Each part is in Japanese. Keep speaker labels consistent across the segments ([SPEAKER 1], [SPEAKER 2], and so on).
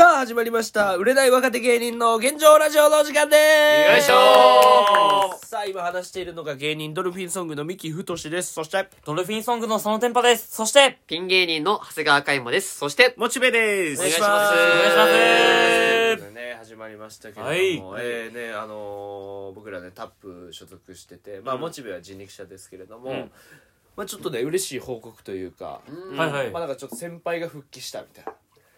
[SPEAKER 1] あ始まりました売れない若手芸人の現状ラジオのお時間です
[SPEAKER 2] よいしょ
[SPEAKER 1] さあ今話しているのが芸人ドルフィンソングの三木太志ですそして
[SPEAKER 3] ドルフィンソングのそのテンパです。そして、
[SPEAKER 2] ピン芸人の長谷川海馬です。そして、
[SPEAKER 4] モチベです。
[SPEAKER 2] お願いします
[SPEAKER 3] お願いします
[SPEAKER 1] ということでね始まりましたけれども、
[SPEAKER 3] はい
[SPEAKER 1] えーねあのー僕らねタップ所属しててまあモチベは人力車ですけれども、まあちょっとね嬉しい報告というか、
[SPEAKER 3] はいはい。
[SPEAKER 1] まあ
[SPEAKER 3] は
[SPEAKER 1] なんかちょっと先輩が復帰したみたいな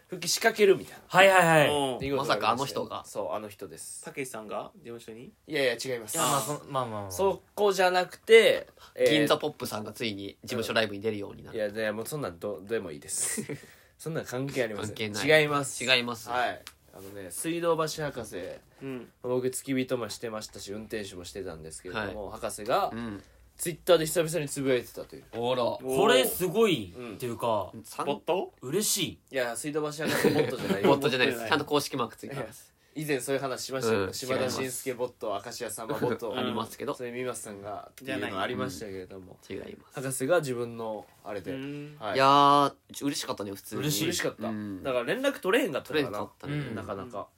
[SPEAKER 1] 復帰仕掛けるみたいない
[SPEAKER 3] はいはい。
[SPEAKER 4] もう
[SPEAKER 1] いいことがり
[SPEAKER 2] まさかあの
[SPEAKER 1] した
[SPEAKER 2] 人が
[SPEAKER 1] そうあの人です
[SPEAKER 4] たけしさんが事務所に
[SPEAKER 1] いやいや違います
[SPEAKER 3] いやまあそのまあまあまあ。
[SPEAKER 1] そこじゃなくて、えー
[SPEAKER 2] 銀座ポップさんがついに事務所ライブに出るようにないる。
[SPEAKER 1] やねもうそんなんどでもいいです そんなん関係ありません
[SPEAKER 2] 関係ない
[SPEAKER 1] 違います
[SPEAKER 2] 違います
[SPEAKER 1] はいあのね水道橋博士
[SPEAKER 4] うん。
[SPEAKER 1] 僕付き人もしてましたし運転手もしてたんですけれども、博士が
[SPEAKER 2] うん。
[SPEAKER 1] ツイッターで久々につぶやいてたという
[SPEAKER 2] おら。
[SPEAKER 3] これすごい
[SPEAKER 1] うん
[SPEAKER 3] っていうか、
[SPEAKER 2] さん
[SPEAKER 4] ボット
[SPEAKER 3] 嬉しい。
[SPEAKER 1] いや水道橋博士 ボットじゃない
[SPEAKER 2] ボッ
[SPEAKER 1] よ
[SPEAKER 2] トじゃないで
[SPEAKER 4] ボットじゃな
[SPEAKER 2] す。
[SPEAKER 4] い
[SPEAKER 2] ちゃんと公式マークついてます。
[SPEAKER 1] 以前そういう話しましたよ、
[SPEAKER 2] うん
[SPEAKER 1] 島
[SPEAKER 2] 違い
[SPEAKER 1] 田
[SPEAKER 2] ます
[SPEAKER 1] 紳介ボット明石家さんまボット
[SPEAKER 2] ありますけど
[SPEAKER 1] そ。れ三松さんがって
[SPEAKER 4] じ
[SPEAKER 1] い
[SPEAKER 4] ゃ
[SPEAKER 1] う
[SPEAKER 4] ない
[SPEAKER 1] のありましたけれども、
[SPEAKER 2] 違います。
[SPEAKER 1] 博士が自分のあれで、
[SPEAKER 4] うん
[SPEAKER 1] はい
[SPEAKER 2] いやー、嬉しかったね、普通に。
[SPEAKER 3] 嬉しい
[SPEAKER 1] 嬉しかった、
[SPEAKER 2] うん
[SPEAKER 1] だから連絡取れへんかった
[SPEAKER 2] 取
[SPEAKER 1] の
[SPEAKER 2] れ
[SPEAKER 1] か
[SPEAKER 2] んか
[SPEAKER 1] な
[SPEAKER 2] ったね。
[SPEAKER 3] うん
[SPEAKER 1] なかなか、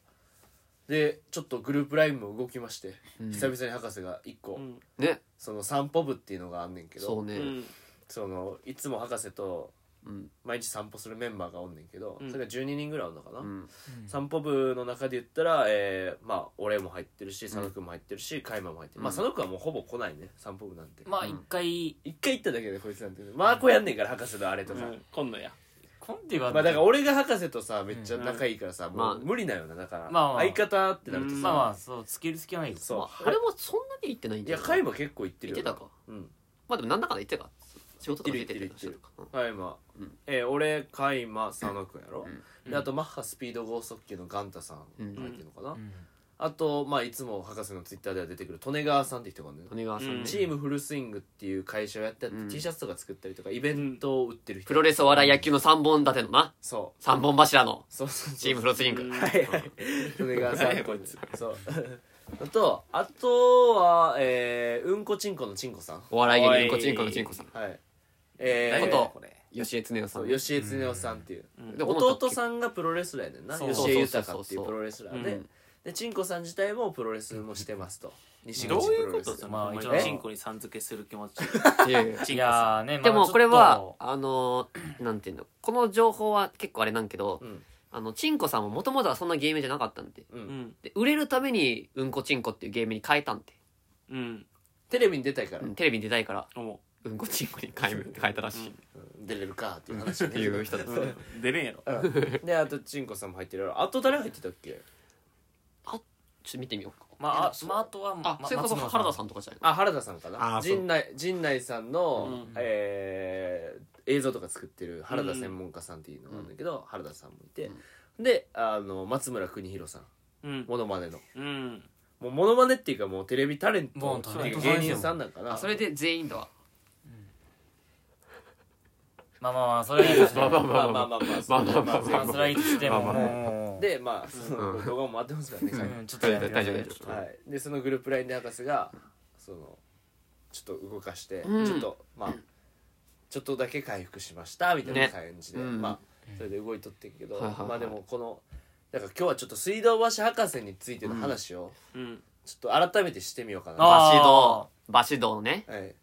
[SPEAKER 1] でちょっとグループラインも動きまして、
[SPEAKER 2] うん
[SPEAKER 1] 久々に博士が1個、
[SPEAKER 4] うん。
[SPEAKER 2] ね。
[SPEAKER 1] その散歩部っていうのがあんねんけど
[SPEAKER 2] そう
[SPEAKER 4] う
[SPEAKER 2] ね。
[SPEAKER 4] ん。
[SPEAKER 1] そのいつも博士と
[SPEAKER 2] うん。
[SPEAKER 1] 毎日散歩するメンバーがおんねんけど、
[SPEAKER 4] うん
[SPEAKER 1] それが12人ぐらいおんのかな、
[SPEAKER 2] うん。
[SPEAKER 1] 散歩部の中で言ったら、えーまあ俺も入ってるし佐野くんも入ってるし海馬も入ってる、まあ佐野くんはもうほぼ来ないね散歩部なんて、
[SPEAKER 3] まあ一回、
[SPEAKER 1] 一回行っただけでこいつなんてマーコやんねんから博士のあれとか、
[SPEAKER 4] 今度や。
[SPEAKER 3] コンテは、
[SPEAKER 1] まあだから俺が博士とさめっちゃ仲いいからさ、も
[SPEAKER 2] まあ
[SPEAKER 1] う無理なよなだから、
[SPEAKER 3] まあまあ
[SPEAKER 1] 相方ってなるとさ、
[SPEAKER 3] まあまあ、そう、つけるつけないよ。
[SPEAKER 1] そう、
[SPEAKER 2] まあ俺もそんなに行ってないん
[SPEAKER 1] い
[SPEAKER 2] じゃ
[SPEAKER 1] や
[SPEAKER 2] ない
[SPEAKER 1] 海馬結構行ってる
[SPEAKER 2] 行
[SPEAKER 1] よ
[SPEAKER 2] ってたか。
[SPEAKER 1] うん
[SPEAKER 2] まあでもなんだかんだ行ってたか。仕事とか出て
[SPEAKER 1] 行っててる
[SPEAKER 2] た
[SPEAKER 1] 行っ
[SPEAKER 2] して
[SPEAKER 1] る
[SPEAKER 2] とか。うん
[SPEAKER 1] 海馬、
[SPEAKER 2] うん
[SPEAKER 1] えー俺海馬佐野くんやろ、
[SPEAKER 3] うん
[SPEAKER 1] であとマッハスピード剛速球のガンタさん
[SPEAKER 2] うん
[SPEAKER 1] 入ってるのかな、
[SPEAKER 3] うん
[SPEAKER 1] あとまあいつも博士のツイッターでは出てくる利根川さんって人がいるんだよね
[SPEAKER 2] 谷川さん
[SPEAKER 4] うん
[SPEAKER 2] ね
[SPEAKER 1] チ。ームフルスイングっていう会社をやってて、
[SPEAKER 2] うん
[SPEAKER 1] T シャツとか作ったりとかイベントを売ってる人、
[SPEAKER 2] プロレスお笑い野球の3本立てのな。
[SPEAKER 1] そう
[SPEAKER 2] 3本柱の
[SPEAKER 1] そうそう
[SPEAKER 2] チームフロスイング。
[SPEAKER 1] はいはい利根川さ
[SPEAKER 4] 何や
[SPEAKER 1] ん
[SPEAKER 4] こいつ
[SPEAKER 1] そう あとあとはえー、うんこちんこのちんこさん
[SPEAKER 2] お笑い芸人
[SPEAKER 4] お
[SPEAKER 2] こ
[SPEAKER 4] い
[SPEAKER 2] ちんこのちんこさん
[SPEAKER 1] はいえ
[SPEAKER 2] 大
[SPEAKER 1] ー、
[SPEAKER 2] 丈夫
[SPEAKER 1] と
[SPEAKER 4] これ。
[SPEAKER 2] 吉江恒代さ
[SPEAKER 1] そ
[SPEAKER 2] ん
[SPEAKER 1] う吉江恒夫さんっていう、
[SPEAKER 4] うん
[SPEAKER 2] で
[SPEAKER 1] 弟さんがプロレスラーやねんな
[SPEAKER 3] そう
[SPEAKER 1] 吉江豊っていうプロレスラーで、
[SPEAKER 4] そうそう
[SPEAKER 2] そう
[SPEAKER 1] でちんこさん自体もプロレスもしてますと西
[SPEAKER 4] ど
[SPEAKER 1] 口
[SPEAKER 4] う
[SPEAKER 1] プ
[SPEAKER 4] いう
[SPEAKER 1] ロ
[SPEAKER 4] こ
[SPEAKER 1] レ
[SPEAKER 4] と
[SPEAKER 1] ス
[SPEAKER 4] そ
[SPEAKER 3] まあ
[SPEAKER 4] の
[SPEAKER 3] 一応
[SPEAKER 4] お前チンコにさん付けする気持ち。
[SPEAKER 2] いやいや
[SPEAKER 3] いやーね、まあ
[SPEAKER 2] でもこれは
[SPEAKER 3] ち
[SPEAKER 2] あのーなんていうのこの情報は結構あれなんけど
[SPEAKER 1] うん
[SPEAKER 2] あのちんこさんももともとはそんな芸名じゃなかったんで
[SPEAKER 1] う
[SPEAKER 4] うんん。
[SPEAKER 2] で売れるためにうんこちんこっていう芸名に変えたんで
[SPEAKER 4] うん。
[SPEAKER 1] テレビに出たいから、
[SPEAKER 2] うんテレビに出たいから
[SPEAKER 4] 思
[SPEAKER 2] うんこちんこに変えるって変えたらしい
[SPEAKER 1] 出れるかっていう話
[SPEAKER 2] っていう人です
[SPEAKER 4] う。うん出れんやろ。
[SPEAKER 1] うんであとちんこさんも入ってるやろあと誰入ってたっけ
[SPEAKER 2] ちょっと見てみようか
[SPEAKER 3] ょっとまあ、あまああとは、
[SPEAKER 2] あ
[SPEAKER 3] ま
[SPEAKER 2] それこそ
[SPEAKER 3] 松村
[SPEAKER 2] 原田さんとかじゃない
[SPEAKER 1] あ原田さんかな
[SPEAKER 2] あそう
[SPEAKER 1] 陣内陣内さんの、
[SPEAKER 4] うん
[SPEAKER 1] えー映像とか作ってる原田専門家さんっていうのがあるんだけど、原田さんもいて、であの松村邦弘さん
[SPEAKER 4] うん。
[SPEAKER 1] モノマネの
[SPEAKER 4] うん。
[SPEAKER 1] もうモノマネっていうかもうテレビタレン
[SPEAKER 3] も
[SPEAKER 1] ト
[SPEAKER 3] う
[SPEAKER 1] って
[SPEAKER 3] タ
[SPEAKER 1] い
[SPEAKER 3] レ
[SPEAKER 1] う
[SPEAKER 3] ン
[SPEAKER 1] か
[SPEAKER 3] ト
[SPEAKER 1] 芸人さんなんかな
[SPEAKER 2] あそれで全員だわ
[SPEAKER 3] まあまあまあ、それはいいですね。ま
[SPEAKER 1] まあまあまあまあまあまあまあ
[SPEAKER 3] あ、それはいいとしても、もう、
[SPEAKER 1] でまあその動画も回ってますからね、最
[SPEAKER 3] うん、ちょっとやってください
[SPEAKER 2] 大丈夫大丈夫
[SPEAKER 1] はい、でそのグループラインで博士がそのちょっと動かして、
[SPEAKER 2] うん
[SPEAKER 1] ちょっとまあちょっとだけ回復しましたみたいな
[SPEAKER 2] ね
[SPEAKER 1] 感じで、
[SPEAKER 2] うん
[SPEAKER 1] まあそれで動いとってんけど、
[SPEAKER 2] はいはいはい
[SPEAKER 1] まあでもこのだから今日はちょっと水道橋博士についての話を
[SPEAKER 4] うん。
[SPEAKER 1] ちょっと改めてしてみようかな、
[SPEAKER 3] あ
[SPEAKER 2] バシドバシドのね
[SPEAKER 1] はい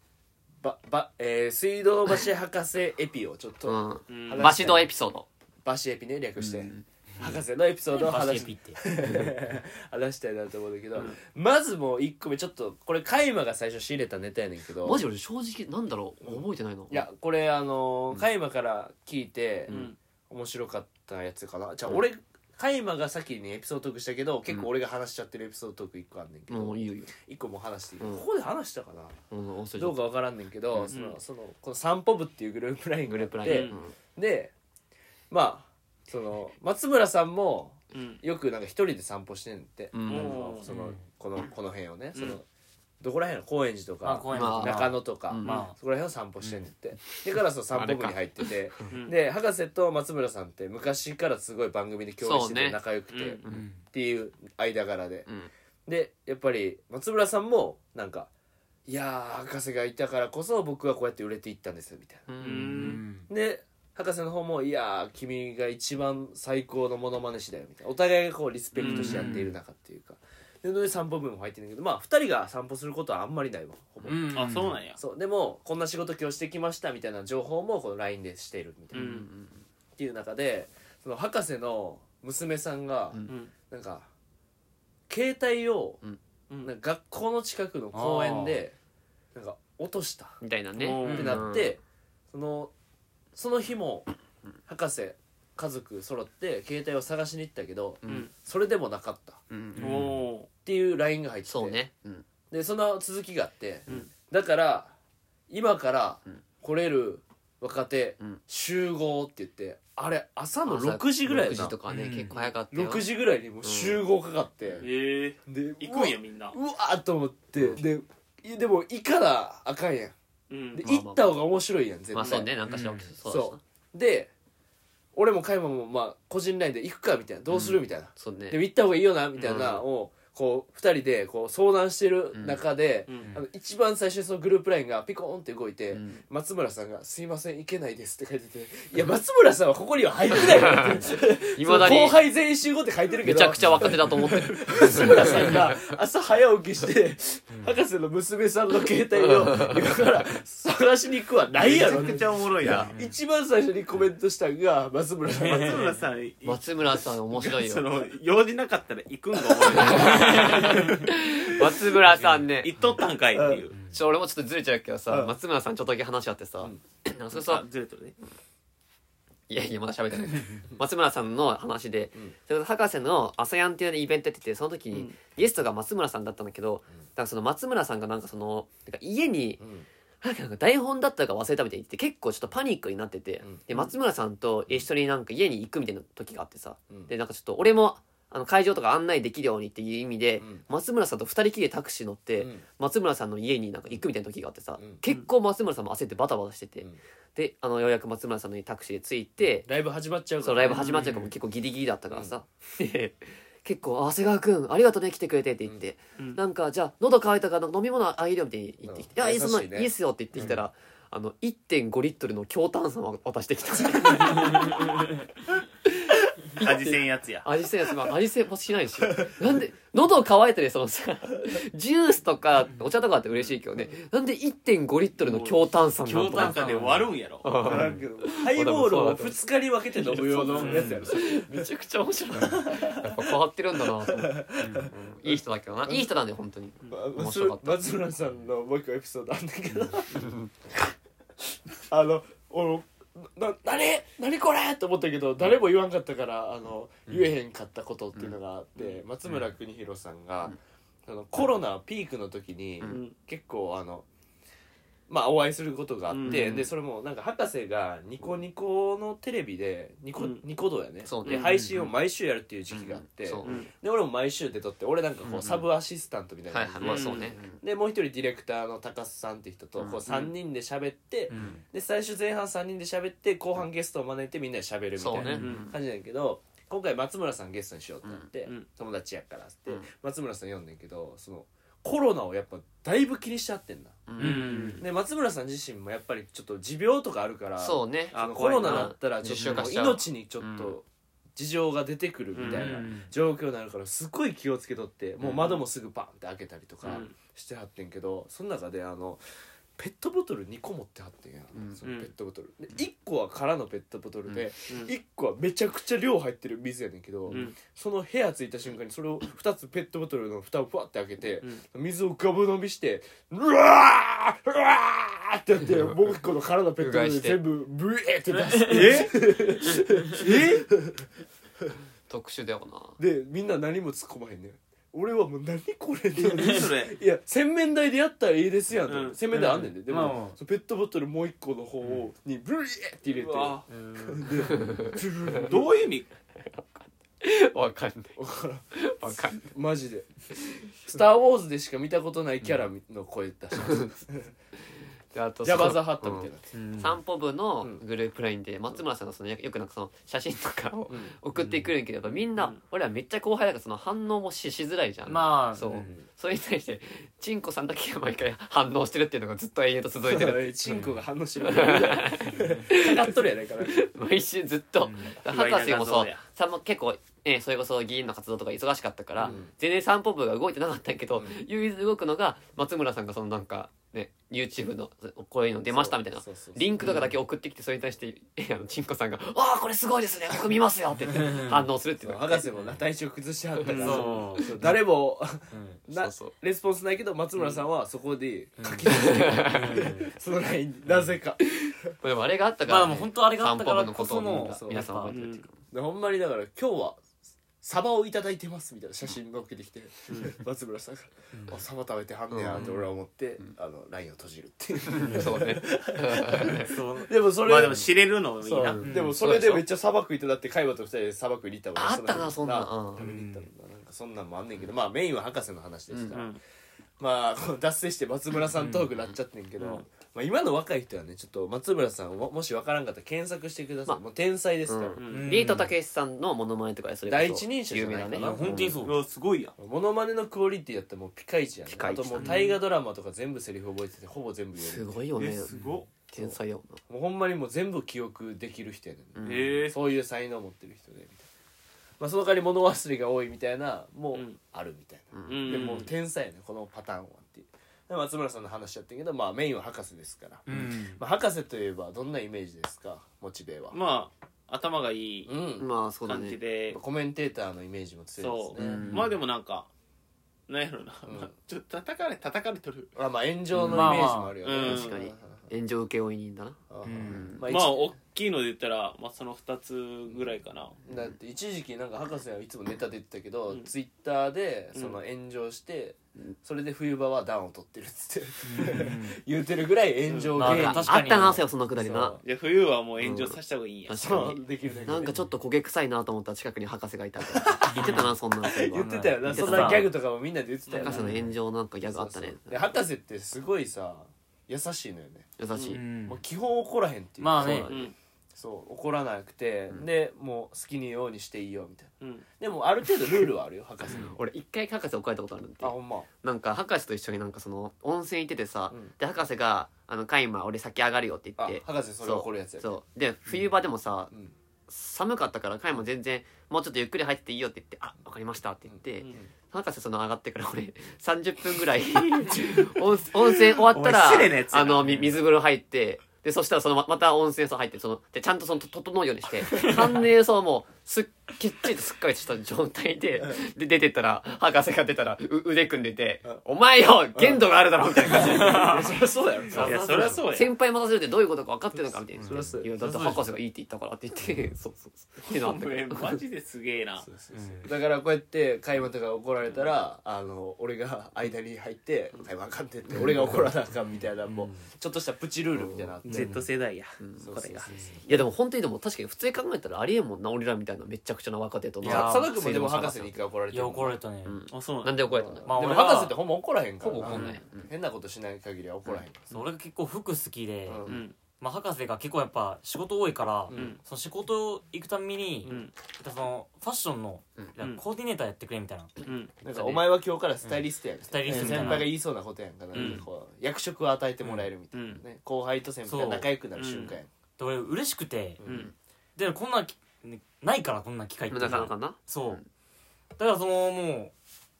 [SPEAKER 1] ばばえー水道橋博士エピをちょっと、
[SPEAKER 2] うん
[SPEAKER 4] うん
[SPEAKER 2] バシドエピソード
[SPEAKER 1] バシエピね略して、博士のエピソードを
[SPEAKER 3] バシ
[SPEAKER 1] 話
[SPEAKER 3] エ
[SPEAKER 1] し
[SPEAKER 3] ピって。
[SPEAKER 1] 話したいなと思うんだけど、まずもう1個目ちょっとこれカイマが最初仕入れたネタやねんけど
[SPEAKER 2] マジ俺正直なんだろう覚えてないの
[SPEAKER 1] いやこれあのーカイマから聞いて、
[SPEAKER 4] うん。
[SPEAKER 1] 面白かったやつかなじゃあ俺カイマが先にエピソードトークしたけど結構俺が話しちゃってるエピソードトーク1個あんねんけど、
[SPEAKER 2] もういいよいいよ
[SPEAKER 1] 1個もう話していい、
[SPEAKER 2] うん
[SPEAKER 1] ここで話したかな、
[SPEAKER 2] うん忘れちゃった
[SPEAKER 1] どうか分からんねんけど、
[SPEAKER 2] うん
[SPEAKER 1] そのそのこの散歩部っていうグループライン
[SPEAKER 2] グ
[SPEAKER 1] が
[SPEAKER 2] ル
[SPEAKER 1] あ
[SPEAKER 2] ー
[SPEAKER 1] っ
[SPEAKER 2] プ
[SPEAKER 1] て
[SPEAKER 2] ライン
[SPEAKER 1] でまあその松村さんも
[SPEAKER 4] うん。
[SPEAKER 1] よくなんか一人で散歩してんって、
[SPEAKER 2] うん
[SPEAKER 4] うん
[SPEAKER 1] そのこのこの辺をね、その
[SPEAKER 4] うん
[SPEAKER 1] どこら辺の高円寺と
[SPEAKER 3] まあ、
[SPEAKER 1] か
[SPEAKER 3] 公園の
[SPEAKER 2] まあ
[SPEAKER 1] 中野とか、
[SPEAKER 2] うん
[SPEAKER 3] ま
[SPEAKER 1] そこら辺を散歩してんねんって、でからその散歩部に入ってて
[SPEAKER 4] うん。
[SPEAKER 1] で博士と松村さんって昔からすごい番組で共演して
[SPEAKER 2] そう
[SPEAKER 1] て
[SPEAKER 2] ね
[SPEAKER 1] 仲良くて、
[SPEAKER 4] うん
[SPEAKER 3] あ、うん。
[SPEAKER 1] っていう間柄で、
[SPEAKER 2] うん
[SPEAKER 1] でやっぱり松村さんもなんか「いやー博士がいたからこそ僕はこうやって売れていったんです」みたいな。
[SPEAKER 2] う
[SPEAKER 4] うんん。
[SPEAKER 1] で博士の方も「いやー君が一番最高のモノマネ師だよ」みたいなお互いがこうリスペクトしてやっている中っていうか、でそれで散歩分も入ってるんだけどまあ2人が散歩することはあんまりないわほぼ、
[SPEAKER 4] うんあそうなんや
[SPEAKER 1] そうでもこんな仕事今日してきましたみたいな情報もこの LINE でしてるみた
[SPEAKER 4] う
[SPEAKER 1] いな、っ
[SPEAKER 4] ん
[SPEAKER 1] ていう中でその博士の娘さんが、
[SPEAKER 5] うん
[SPEAKER 4] うん
[SPEAKER 1] なんか携帯を、
[SPEAKER 4] うん
[SPEAKER 1] なんか学校の近くの公園でなんか落とした
[SPEAKER 2] みたいな
[SPEAKER 4] お
[SPEAKER 2] ね
[SPEAKER 4] ー
[SPEAKER 1] ってなって、そのその日も博士家族揃って携帯を探しに行ったけど、
[SPEAKER 4] ん
[SPEAKER 1] それでもなかったっ
[SPEAKER 5] うん
[SPEAKER 4] おお
[SPEAKER 1] ていう LINE が入ってて
[SPEAKER 2] そうね
[SPEAKER 1] でその続きがあって、
[SPEAKER 4] うん
[SPEAKER 1] だから今から来れる若手、
[SPEAKER 5] うん
[SPEAKER 1] 集合って言ってあれ朝の
[SPEAKER 2] 朝
[SPEAKER 1] 6時ぐらい
[SPEAKER 2] 6
[SPEAKER 1] だ
[SPEAKER 2] 時とかね、
[SPEAKER 3] うん
[SPEAKER 2] 結構早かったよ
[SPEAKER 1] 6時ぐらいにもう集合かかって、
[SPEAKER 4] ええ
[SPEAKER 1] で
[SPEAKER 4] 行くんやみんな
[SPEAKER 1] うわうわーと思ってでいでも行かなあかんやん
[SPEAKER 4] うん
[SPEAKER 1] で、
[SPEAKER 2] まあまあ
[SPEAKER 1] 行った方が面白いやん絶対、
[SPEAKER 2] まあそうねなんかしら、
[SPEAKER 3] うん
[SPEAKER 2] そうだし
[SPEAKER 1] そ
[SPEAKER 2] な
[SPEAKER 1] うで俺も加山もまあ個人ラインで行くかみたいなどうするみたいな、
[SPEAKER 2] そうね
[SPEAKER 1] でも行った方がいいよなみたいなのをこう2人でこう相談してる中で、
[SPEAKER 4] うん
[SPEAKER 1] あの一番最初にそのグループラインがピコーンって動いて、
[SPEAKER 5] ん
[SPEAKER 1] 松村さんが「すいません行けないです」って書いてて「いや松村さんはここには入ってないよ」って
[SPEAKER 2] いまだ
[SPEAKER 1] その
[SPEAKER 2] に
[SPEAKER 1] 後輩全員集合って書いてるけ
[SPEAKER 2] め
[SPEAKER 1] ど
[SPEAKER 2] ちゃくちゃ若手だと思ってる
[SPEAKER 1] 松村さんが朝早起きして博士の娘さんの携帯 を今から探しに行くはないやろって
[SPEAKER 4] ゃおもろいな
[SPEAKER 1] 一番最初にコメントしたんが松村さん
[SPEAKER 4] 松村さん
[SPEAKER 2] 松村さん面白い
[SPEAKER 4] そ
[SPEAKER 2] よ
[SPEAKER 4] の用事なかったら行くんがおもろいな
[SPEAKER 2] 松村さんね
[SPEAKER 4] 行っとったんかいっていう
[SPEAKER 2] ちょ俺もちょっとずれちゃうけどさ、
[SPEAKER 1] うん
[SPEAKER 2] 松村さんちょっとだけ話し合ってさ、なんかそれ
[SPEAKER 4] あ
[SPEAKER 2] さ
[SPEAKER 4] ずれとるね
[SPEAKER 2] いやいやまだ喋ってない松村さんの話で、
[SPEAKER 1] ん
[SPEAKER 2] それこそ博士の「アサヤン」っていうイベントやっててその時にゲストが松村さんだったんだけど、だからその松村さんがなんかそのなんか家に
[SPEAKER 1] うん
[SPEAKER 2] なんか台本だったか忘れたみたいに言って結構ちょっとパニックになってて、
[SPEAKER 1] うん
[SPEAKER 2] で松村さんと一緒になんか家に行くみたいな時があってさ、
[SPEAKER 1] うん
[SPEAKER 2] でなんかちょっと俺もあの会場とか案内できるようにっていう意味で、
[SPEAKER 1] うん
[SPEAKER 2] 松村さんと二人きりでタクシー乗って、
[SPEAKER 1] うん
[SPEAKER 2] 松村さんの家になんか行くみたいな時があってさ、
[SPEAKER 1] うん
[SPEAKER 2] 結構松村さんも焦ってバタバタしてて、
[SPEAKER 1] うん
[SPEAKER 2] であのようやく松村さんの家にタクシーで着いて、
[SPEAKER 1] ライブ始まっちゃう
[SPEAKER 2] そうライブ始まっちゃうからもう結構ギリギリだったからさ、で結構「あ長谷川君ありがとうね来てくれて」って言って、
[SPEAKER 4] うん
[SPEAKER 2] なんかじゃあ喉乾いたから飲み物あげるよみたいに言ってきて「
[SPEAKER 1] うん
[SPEAKER 2] いやいいそんな
[SPEAKER 1] 優しいね
[SPEAKER 2] いいっすよ」って言ってきたら。あの1.5リットルの強炭酸を渡してきた
[SPEAKER 4] 味せんやつや
[SPEAKER 2] 味せんやつまあ味せんもしない しなんで喉乾いてねそのさ ジュースとかお茶とかだって嬉しいけどねなんで1.5リットルの強炭酸なん
[SPEAKER 4] 強
[SPEAKER 2] と思っ
[SPEAKER 4] 炭
[SPEAKER 2] て
[SPEAKER 4] 化で割るんやろ
[SPEAKER 1] ハイボールを2日に分けて飲む用のやつやろ
[SPEAKER 2] めちゃくちゃ面白いやっぱ変わってるんだなと思っていい人だけどないい人なんで本当に面白かった
[SPEAKER 1] 松村さんのもう一個エピソードあんだけどあの俺ななに何これと思ったけど誰も言わんかったからあの、言えへんかったことっていうのがあって、松村邦弘さんが、そのコロナピークの時に、
[SPEAKER 4] ん
[SPEAKER 1] 結構あのまあお会いすることがあって、
[SPEAKER 4] うん
[SPEAKER 1] でそれもなんか博士がニコニコのテレビでニコ,、
[SPEAKER 4] うん
[SPEAKER 1] ニコ動やね
[SPEAKER 2] そうね
[SPEAKER 1] で配信を毎週やるっていう時期があって、
[SPEAKER 2] そう
[SPEAKER 4] うん
[SPEAKER 1] で俺も毎週で撮って俺なんか
[SPEAKER 2] うん
[SPEAKER 1] こ
[SPEAKER 2] う
[SPEAKER 1] うんサブアシスタントみたいな
[SPEAKER 2] はい
[SPEAKER 1] 感
[SPEAKER 2] は
[SPEAKER 1] じ
[SPEAKER 2] い
[SPEAKER 1] で
[SPEAKER 2] まあそうね
[SPEAKER 1] でもう一人ディレクターの高須さんって人と
[SPEAKER 2] うん
[SPEAKER 1] こう3人で喋って、
[SPEAKER 5] うん
[SPEAKER 1] で最初前半3人で喋って後半ゲストを招いてみんなで喋るみたい
[SPEAKER 2] そう
[SPEAKER 1] な
[SPEAKER 2] ね
[SPEAKER 4] うん
[SPEAKER 1] 感じなんやけど今回松村さんゲストにしようってなって、
[SPEAKER 4] うんうん
[SPEAKER 1] 友達やからっつって、
[SPEAKER 2] うん
[SPEAKER 1] 松村さん読んでんけどそのコロナをやっぱだいぶ気にしちゃってんな、
[SPEAKER 2] う
[SPEAKER 4] うんん
[SPEAKER 1] で松村さん自身もやっぱりちょっと持病とかあるから
[SPEAKER 2] そうね
[SPEAKER 1] あ
[SPEAKER 4] あ
[SPEAKER 1] のコ
[SPEAKER 4] 怖い
[SPEAKER 1] ロ
[SPEAKER 4] な
[SPEAKER 1] ナだったらちょ
[SPEAKER 2] 重症
[SPEAKER 1] っと
[SPEAKER 2] 化
[SPEAKER 1] もう
[SPEAKER 2] しちゃう
[SPEAKER 1] 命にちょっ
[SPEAKER 2] うん
[SPEAKER 1] と事情が出てくるみたいな状況になるからすごい気をつけとってもう窓もすぐバンって開けたりとか
[SPEAKER 4] うん
[SPEAKER 1] してはってんけどその中であのペットボトル2個持ってはってんや
[SPEAKER 5] うん
[SPEAKER 1] そのペットボトルで1個は空のペットボトルで
[SPEAKER 4] うん
[SPEAKER 1] 1個はめちゃくちゃ量入ってる水やねんけど
[SPEAKER 4] うん
[SPEAKER 1] その部屋ついた瞬間にそれを2つペットボトルの蓋をふわって開けて
[SPEAKER 4] うん
[SPEAKER 1] 水をガブ飲みしてうわーうわーってやってもう1個の空のペットボトルで全部ブエーって出して
[SPEAKER 2] 特殊だよな
[SPEAKER 1] でみんな何も突っ込まへんねん俺はもう何これって
[SPEAKER 4] 何それ
[SPEAKER 1] いや洗面台でやったらいいですやんと、
[SPEAKER 4] うん
[SPEAKER 1] 洗面台あんねんで、でも、
[SPEAKER 5] まあまあ
[SPEAKER 1] そのペットボトルもう一個の方をにブリーって入れて
[SPEAKER 4] うわ
[SPEAKER 1] ブルルル
[SPEAKER 4] どういう意味
[SPEAKER 2] わかんない
[SPEAKER 1] わからん
[SPEAKER 2] わかんない
[SPEAKER 1] マジで「スター・ウォーズ」でしか見たことないキャラの声出した、
[SPEAKER 2] であと
[SPEAKER 1] ジャバザハットみたいなやつ、
[SPEAKER 2] うん散歩部のグループラインで松村さんのそのよよくなんかその写真とかを
[SPEAKER 1] うん
[SPEAKER 2] 送ってくるんやけどやっぱみんな、
[SPEAKER 3] うん
[SPEAKER 2] 俺らめっちゃ後輩だからその反応もししづらいじゃん、
[SPEAKER 3] まあ
[SPEAKER 2] そう、
[SPEAKER 1] ん
[SPEAKER 2] それに対してチンコさんだけが毎回反応してるっていうのがずっと延々と続いてる
[SPEAKER 1] チンコが反応してるかかっとるやないから
[SPEAKER 2] 毎週ずっと、
[SPEAKER 4] ん
[SPEAKER 2] 博士も
[SPEAKER 4] 意外な
[SPEAKER 2] そ
[SPEAKER 4] 謎
[SPEAKER 2] う
[SPEAKER 4] や
[SPEAKER 2] さんも結構、ね、それこそ議員の活動とか忙しかったから、
[SPEAKER 1] うん
[SPEAKER 2] 全然散歩部が動いてなかったけど、
[SPEAKER 1] うん
[SPEAKER 2] 唯一動くのが松村さんがそのなんかね YouTube のこういうの出ましたみたいな
[SPEAKER 1] そうそうそう
[SPEAKER 2] リンクとかだけ送ってきてそれに対して、あのチンコさんが「ああこれすごいですね僕見ますよ」って言って反応するっていうのが
[SPEAKER 1] 博士もな体調崩しはったから
[SPEAKER 4] そう
[SPEAKER 1] そう誰もな
[SPEAKER 2] そうそう
[SPEAKER 1] レスポンスないけど松村さんはそこで書き続けるそのラインになぜか
[SPEAKER 2] でもあれがあったから、
[SPEAKER 3] まあもう本当あれがあったから
[SPEAKER 2] 散歩部のこ
[SPEAKER 3] こと
[SPEAKER 2] を
[SPEAKER 3] そ
[SPEAKER 2] みん
[SPEAKER 3] の
[SPEAKER 2] な
[SPEAKER 1] そう
[SPEAKER 2] 皆さん覚えてるっていうか
[SPEAKER 1] でほんまにだから今日はサバをいただいてますみたいな写真載っけてきて、松村さんが「あサバ食べてはんねや」って俺は思って、あのラインを閉じるっていう
[SPEAKER 2] そうね
[SPEAKER 4] そ う
[SPEAKER 1] でもそれ、
[SPEAKER 4] まあでも知れるのもいい
[SPEAKER 1] そう
[SPEAKER 4] な
[SPEAKER 1] でもそれでめっちゃ砂漠行っただって海馬と二人で砂漠に行ったもん
[SPEAKER 2] ああったなそんなんうん
[SPEAKER 1] 食べに行ったもんななんかそんなんもあんねんけどまあメインは博士の話でした、
[SPEAKER 4] うんうん
[SPEAKER 1] まあこの脱線して松村さんトークなっちゃってんけど、
[SPEAKER 4] うん
[SPEAKER 1] まあ、今の若い人はねちょっと松村さんをもし分からんかったら検索してください、
[SPEAKER 2] まあ
[SPEAKER 1] もう天才ですから、
[SPEAKER 2] う
[SPEAKER 3] うん
[SPEAKER 2] ビートたけしさんのモノマネとかでそれこそ
[SPEAKER 1] 第一人者じゃ
[SPEAKER 2] 有
[SPEAKER 1] ない
[SPEAKER 2] 名
[SPEAKER 1] かな
[SPEAKER 2] なね
[SPEAKER 1] いや
[SPEAKER 3] 本当にそう
[SPEAKER 4] うわすごいやん
[SPEAKER 1] モノマネのクオリティやったらもうピカイチやね
[SPEAKER 2] ピカ
[SPEAKER 1] あ
[SPEAKER 2] イ
[SPEAKER 1] と
[SPEAKER 2] チだね
[SPEAKER 1] もう大河ドラマとか全部セリフ覚えててほぼ全部言え
[SPEAKER 2] す
[SPEAKER 1] る
[SPEAKER 2] ごいよ
[SPEAKER 4] え
[SPEAKER 2] ね
[SPEAKER 4] すごっ
[SPEAKER 2] 天才やもん
[SPEAKER 1] もうほんまにもう全部記憶できる人やね、
[SPEAKER 2] な、うん
[SPEAKER 4] へえ
[SPEAKER 1] そういう才能を持ってる人でみたいな、まあ、その代わり物忘れが多いみたいなもう
[SPEAKER 4] うん
[SPEAKER 1] あるみたいな、
[SPEAKER 4] う
[SPEAKER 1] で
[SPEAKER 4] ん
[SPEAKER 1] もう天才やねこのパターンはっていうで松村さんの話やったけど、まあ、メインは博士ですから、
[SPEAKER 3] うん
[SPEAKER 1] まあ、博士といえばどんなイメージですかモチベは、
[SPEAKER 4] まあ頭がいい
[SPEAKER 1] うん
[SPEAKER 2] まあそうだ
[SPEAKER 4] 感
[SPEAKER 2] ね
[SPEAKER 4] じで
[SPEAKER 1] コメンテーターのイメージも強いです
[SPEAKER 4] そう
[SPEAKER 1] ね、
[SPEAKER 2] うん
[SPEAKER 4] まあでもなんかなんやろな
[SPEAKER 1] うん
[SPEAKER 4] まあちょっと叩かれ叩かれとる
[SPEAKER 1] あまあ炎上のイメージもあるよね、
[SPEAKER 4] まあまあうん
[SPEAKER 2] 確かに炎上請負人だな
[SPEAKER 1] ああ
[SPEAKER 3] うん
[SPEAKER 1] まあ
[SPEAKER 4] まあ
[SPEAKER 1] 一
[SPEAKER 4] 大きいので言ったらまあその2つぐらいかな
[SPEAKER 1] だって一時期なんか博士はいつもネタ出てたけど、
[SPEAKER 4] うん
[SPEAKER 1] ツイッターで
[SPEAKER 4] うん
[SPEAKER 1] その炎上して、それで冬場は暖を取ってるっつって 言うてるぐらい炎上芸
[SPEAKER 2] あ
[SPEAKER 1] 人
[SPEAKER 2] あっ
[SPEAKER 3] 確かに
[SPEAKER 2] たなそういえばそのくだりな
[SPEAKER 1] そ
[SPEAKER 4] じゃあ冬はもう炎上させた方がいいんや
[SPEAKER 2] うん確か
[SPEAKER 1] そうできるだけで
[SPEAKER 2] なんかちょっと焦げ臭いなと思ったら近くに博士がいた から言ってたなそんなのそういえば
[SPEAKER 1] 言ってたよ
[SPEAKER 2] 言
[SPEAKER 1] な
[SPEAKER 2] ってた
[SPEAKER 1] そんなギャグとかもみんなで言ってたよな
[SPEAKER 2] 博士の炎上なんかギャグあったね
[SPEAKER 1] で博士ってすごいさ優しいのよね、
[SPEAKER 2] 優しい、
[SPEAKER 3] うん
[SPEAKER 1] もう基本怒らへんっていう
[SPEAKER 3] まあ
[SPEAKER 2] そう
[SPEAKER 3] ね
[SPEAKER 2] だ
[SPEAKER 4] う
[SPEAKER 2] ね
[SPEAKER 4] ん
[SPEAKER 1] そう怒らなくて、でもう好きにようにしていいよみたいな
[SPEAKER 4] うん
[SPEAKER 1] でもある程度ルールはあるよ博士に
[SPEAKER 2] 俺一回博士怒られたことあるんで
[SPEAKER 1] あほんま
[SPEAKER 2] なんか博士と一緒になんかその温泉行っててさ、
[SPEAKER 1] うん
[SPEAKER 2] で博士が「あのカイマ俺先上がるよ」って言
[SPEAKER 1] あ
[SPEAKER 2] って
[SPEAKER 1] 博士それ怒るやつや
[SPEAKER 2] そうそうで冬場でもさ、
[SPEAKER 1] うん
[SPEAKER 2] 寒かったからカイマ全然もうちょっとゆっくり入ってていいよって言って「あわかりました」って言って、
[SPEAKER 4] うん
[SPEAKER 2] 博士その上がってから俺30分ぐ らい温温泉終わったら
[SPEAKER 4] おい失礼なやつやな
[SPEAKER 2] あのみ水風呂入ってでそしたらそのままた温泉そう入ってそのでちゃんとそのと整うように して半年そうもうすっきっちりとすっかりとした状態でで出てったら博士が出たらう腕組んでて「お前よ限度があるだろ」みたいな感じで
[SPEAKER 1] そりゃそうやろ
[SPEAKER 4] い やそりゃそうや
[SPEAKER 2] 先輩待たせるってどういうことか分かってるのかみたいな「
[SPEAKER 1] そりゃそう
[SPEAKER 2] いやだって博士がいいって言ったから」って言ってそうそうそうってな
[SPEAKER 4] お
[SPEAKER 2] ったけ
[SPEAKER 4] 前
[SPEAKER 2] ど
[SPEAKER 4] マジですげえな
[SPEAKER 1] そうそうそうだからこうやって海馬とか怒られたら、あの俺が間に入って「海馬あかんって」って俺が怒らなあかんみたいな、もうちょっとしたプチルールみたいなのあって
[SPEAKER 4] Z 世代や
[SPEAKER 1] そう
[SPEAKER 4] こ
[SPEAKER 1] そう
[SPEAKER 4] れが
[SPEAKER 2] いやでも本当にでも確かに普通に考えたらありえんもんな俺らみたいなめちゃくちゃな若手と
[SPEAKER 1] い
[SPEAKER 2] な
[SPEAKER 1] や佐野君もでも
[SPEAKER 2] 水道
[SPEAKER 1] 博士に一回怒られ
[SPEAKER 3] い
[SPEAKER 1] てる
[SPEAKER 3] や
[SPEAKER 1] もん
[SPEAKER 3] 怒られたね
[SPEAKER 2] ん
[SPEAKER 4] あそう
[SPEAKER 2] なん
[SPEAKER 4] で
[SPEAKER 2] で怒られたんだ
[SPEAKER 3] まあ
[SPEAKER 1] で
[SPEAKER 3] 俺
[SPEAKER 1] も
[SPEAKER 3] は
[SPEAKER 1] 博士ってほんま怒らへんから
[SPEAKER 2] ほぼ怒んないうん
[SPEAKER 1] 変なことしない限りは怒らへんか
[SPEAKER 3] そう俺が結構服好きで、
[SPEAKER 1] ら、
[SPEAKER 4] う
[SPEAKER 1] うん
[SPEAKER 4] ん
[SPEAKER 3] まあ、博士が結構やっぱ仕事多いから、
[SPEAKER 4] うん
[SPEAKER 3] その仕事行くたんびに、
[SPEAKER 4] うん
[SPEAKER 3] そのファッションの、
[SPEAKER 4] ん
[SPEAKER 3] コーディネーターやってくれみたいな、
[SPEAKER 4] うん
[SPEAKER 1] なんかお前は今日からスタイリストやん、
[SPEAKER 3] スタイリストみたい
[SPEAKER 1] 先
[SPEAKER 3] な
[SPEAKER 1] 輩が言いそうなことやんか,、なんかこう役職を与えてもらえるみたいな、ね後輩と先輩が仲良くなる瞬間やん、
[SPEAKER 3] で俺嬉しくて、
[SPEAKER 4] うん
[SPEAKER 3] でこんなきないからこんな機会って
[SPEAKER 2] なかなかな
[SPEAKER 3] そう、だからそのもう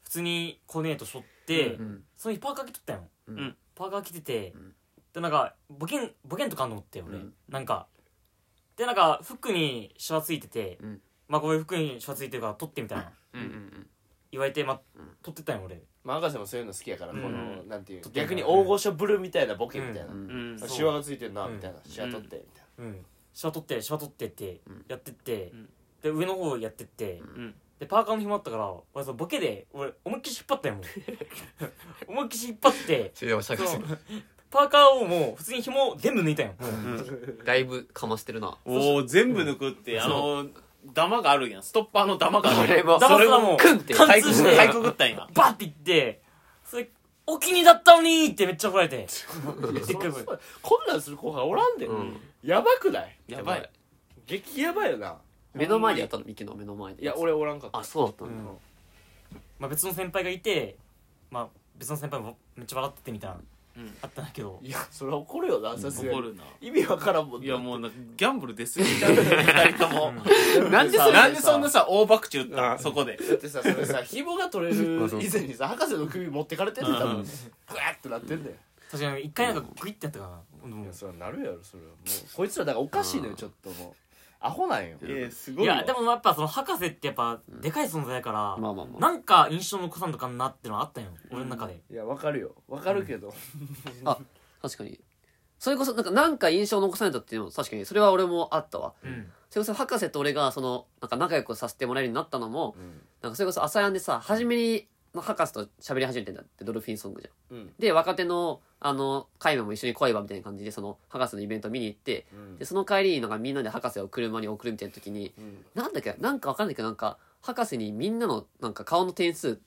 [SPEAKER 3] 普通にコーディネートしとって、
[SPEAKER 2] うん
[SPEAKER 3] その日パーカー着とったよ、
[SPEAKER 2] うん
[SPEAKER 3] パーカー着てて、
[SPEAKER 2] ん
[SPEAKER 3] でなんかボケんボケんとかあんのって俺、
[SPEAKER 2] うん
[SPEAKER 3] なんかでなんか服にシワついてて、
[SPEAKER 2] うん
[SPEAKER 3] まあこういう服にシワついてるから取ってみたいな
[SPEAKER 2] うんうん
[SPEAKER 3] 言われて、まあ、取ってったよ俺
[SPEAKER 1] まあ、博士もそういうの好きやから、このなんていう
[SPEAKER 3] っとね
[SPEAKER 1] 逆に大御所ぶるみたいなボケみたいな、
[SPEAKER 2] うん
[SPEAKER 4] うんうん
[SPEAKER 1] あ
[SPEAKER 3] そう
[SPEAKER 1] シワがついてんな
[SPEAKER 3] うん
[SPEAKER 1] みたいな、シワ取ってみたい
[SPEAKER 3] うんシワ取ってシワ取ってってやってって、
[SPEAKER 4] うん
[SPEAKER 3] で上の方やってって、
[SPEAKER 4] うん
[SPEAKER 3] でパーカーの紐あったから俺そのボケで俺思いっきり引っ張ったよもう 思いっきり引っ張って
[SPEAKER 2] それでも
[SPEAKER 3] そのパーカーをもう普通に紐全部抜いたよもう
[SPEAKER 2] だいぶかましてるな
[SPEAKER 4] おお全部抜くってあのダマがあるやんストッパーのダマがある
[SPEAKER 2] あれも
[SPEAKER 3] ダマ
[SPEAKER 2] そ
[SPEAKER 3] ス
[SPEAKER 2] れ
[SPEAKER 3] が
[SPEAKER 2] も
[SPEAKER 3] もう
[SPEAKER 2] クンって
[SPEAKER 3] 貫
[SPEAKER 4] かい
[SPEAKER 3] 通して
[SPEAKER 4] くぐったんや
[SPEAKER 3] バッていってそれお気にだったのにってめっちゃ怒られてでっかい声
[SPEAKER 1] こんなんする後輩おらんで、
[SPEAKER 2] うん
[SPEAKER 1] やばくない
[SPEAKER 4] やばい
[SPEAKER 1] 激やばいよな
[SPEAKER 2] 目の前でやったのミキの目の前で
[SPEAKER 1] いや俺おらんかった
[SPEAKER 2] あそうだった
[SPEAKER 3] うん
[SPEAKER 2] だ
[SPEAKER 3] んまあ、別の先輩がいて、まあ、別の先輩もめっちゃ笑っててみたいな、
[SPEAKER 4] うん
[SPEAKER 3] あったんだけど
[SPEAKER 1] いやそれは怒るよなさすが
[SPEAKER 4] 怒
[SPEAKER 1] に
[SPEAKER 4] るな
[SPEAKER 1] 意味わからんもんない
[SPEAKER 4] やもうなんかギャンブル出過ぎちゃうよ2人とも
[SPEAKER 2] なんでそれ
[SPEAKER 4] なんでそんなさ大博打った
[SPEAKER 1] うん
[SPEAKER 4] んそこで
[SPEAKER 1] だってさそれ さ紐が取れる以前にさ博士の首持ってかれてんねん多
[SPEAKER 4] う
[SPEAKER 1] 分
[SPEAKER 4] ん
[SPEAKER 1] グワってなってんだよ
[SPEAKER 3] 確かに一回なんかグイってやったかな、でも
[SPEAKER 1] いやそれはなるやろそれはもうこいつらだからおかしいのよちょっともうアホなんよ
[SPEAKER 4] す
[SPEAKER 3] いやでもやっぱその博士ってやっぱでかい存在だから、
[SPEAKER 2] まあまあまあ
[SPEAKER 3] なんか印象残さんとかんなってのはあったんよ、俺の中で
[SPEAKER 1] いやわかるよわかるけど
[SPEAKER 2] 確かにそれこそなんかなんか印象残されたっていうのも確かにそれは俺もあったわ
[SPEAKER 3] うん
[SPEAKER 2] それこそ博士と俺がそのなんか仲良くさせてもらえるようになったのもなんかそれこそ朝やんでさ初めに博士と喋り始めてんだってドルフィンソングじゃん
[SPEAKER 1] うん
[SPEAKER 2] で若手のあの会話も一緒に来いわみたいな感じでその博士のイベント見に行って
[SPEAKER 1] うん
[SPEAKER 2] でその帰りになんかみんなで博士を車に送るみたいな時に
[SPEAKER 1] うん
[SPEAKER 2] なんだっけなんかわかんないけどなんか博士にみんなのなんか顔の点数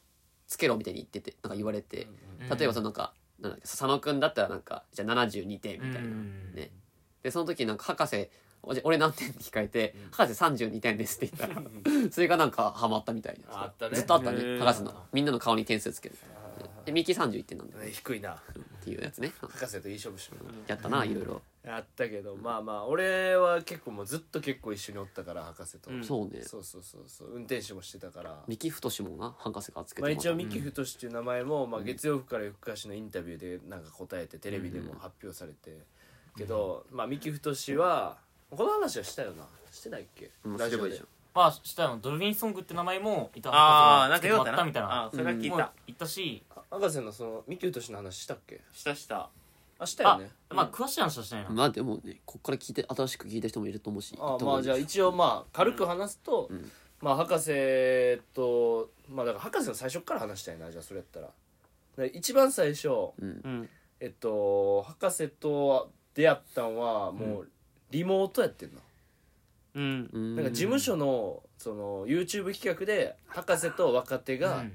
[SPEAKER 2] つけろみたいに言っててなんか言われて例えばそのなんかなんだっけ佐野くんだったらなんかじゃあ72点みたいな、
[SPEAKER 3] うん
[SPEAKER 2] ねでその時なんか博士おじ俺何点って聞かれて「博士32点です」って言ったらそれがなんかハマったみたいな
[SPEAKER 1] ああったね
[SPEAKER 2] ずっとあったね
[SPEAKER 4] へー
[SPEAKER 2] 博士のみんなの顔に点数つけるでミキ31点なんだよね
[SPEAKER 1] 低いな
[SPEAKER 2] っていうやつね
[SPEAKER 1] 博士といい勝負しよう
[SPEAKER 2] やったないろいろ
[SPEAKER 1] あったけどまあまあ俺は結構もうずっと結構一緒におったから博士と、
[SPEAKER 4] うん
[SPEAKER 2] そうね
[SPEAKER 1] そうそうそうそう運転手もしてたから、
[SPEAKER 2] ミキ太もな博士がつけ
[SPEAKER 1] まあ、
[SPEAKER 2] て
[SPEAKER 1] 一応
[SPEAKER 2] もらっ
[SPEAKER 1] 三木太っていう名前も、まあ、月曜日から翌日のインタビューでなんか答えてテレビでも発表されて、けど、まあ、三木太はこの話はしたよなしてないっけ、
[SPEAKER 2] たうん
[SPEAKER 1] ラ
[SPEAKER 2] す
[SPEAKER 1] ジ
[SPEAKER 2] れば
[SPEAKER 1] オ
[SPEAKER 2] いい
[SPEAKER 1] で
[SPEAKER 2] じゃん
[SPEAKER 3] まあしたらドルフィンソングって名前もいた
[SPEAKER 4] ああなん
[SPEAKER 3] 博士がつ
[SPEAKER 4] かよか
[SPEAKER 3] けも
[SPEAKER 4] ってたな
[SPEAKER 3] らったみたいな
[SPEAKER 4] あそれは聞い
[SPEAKER 3] もう
[SPEAKER 4] た
[SPEAKER 3] 言ったし、
[SPEAKER 1] あ博士のその三木太の話したっけ
[SPEAKER 4] したした
[SPEAKER 1] あしたよ
[SPEAKER 3] あ
[SPEAKER 1] ね
[SPEAKER 3] まあ詳しい話はしないな、
[SPEAKER 2] まあでもねこっから聞いて新しく聞いた人もいると思うし
[SPEAKER 1] あまあじゃあ
[SPEAKER 2] いい
[SPEAKER 1] 一応まあ軽く話すと、
[SPEAKER 2] ん
[SPEAKER 1] まあ博士とまあだから博士の最初から話したいなじゃあそれやったらで一番最初
[SPEAKER 2] うん
[SPEAKER 4] うん
[SPEAKER 1] えっと博士と出会ったんはもうリモートやってんの、
[SPEAKER 4] うん
[SPEAKER 2] うん
[SPEAKER 1] なんか事務所のその YouTube 企画で博士と若手が、
[SPEAKER 3] うん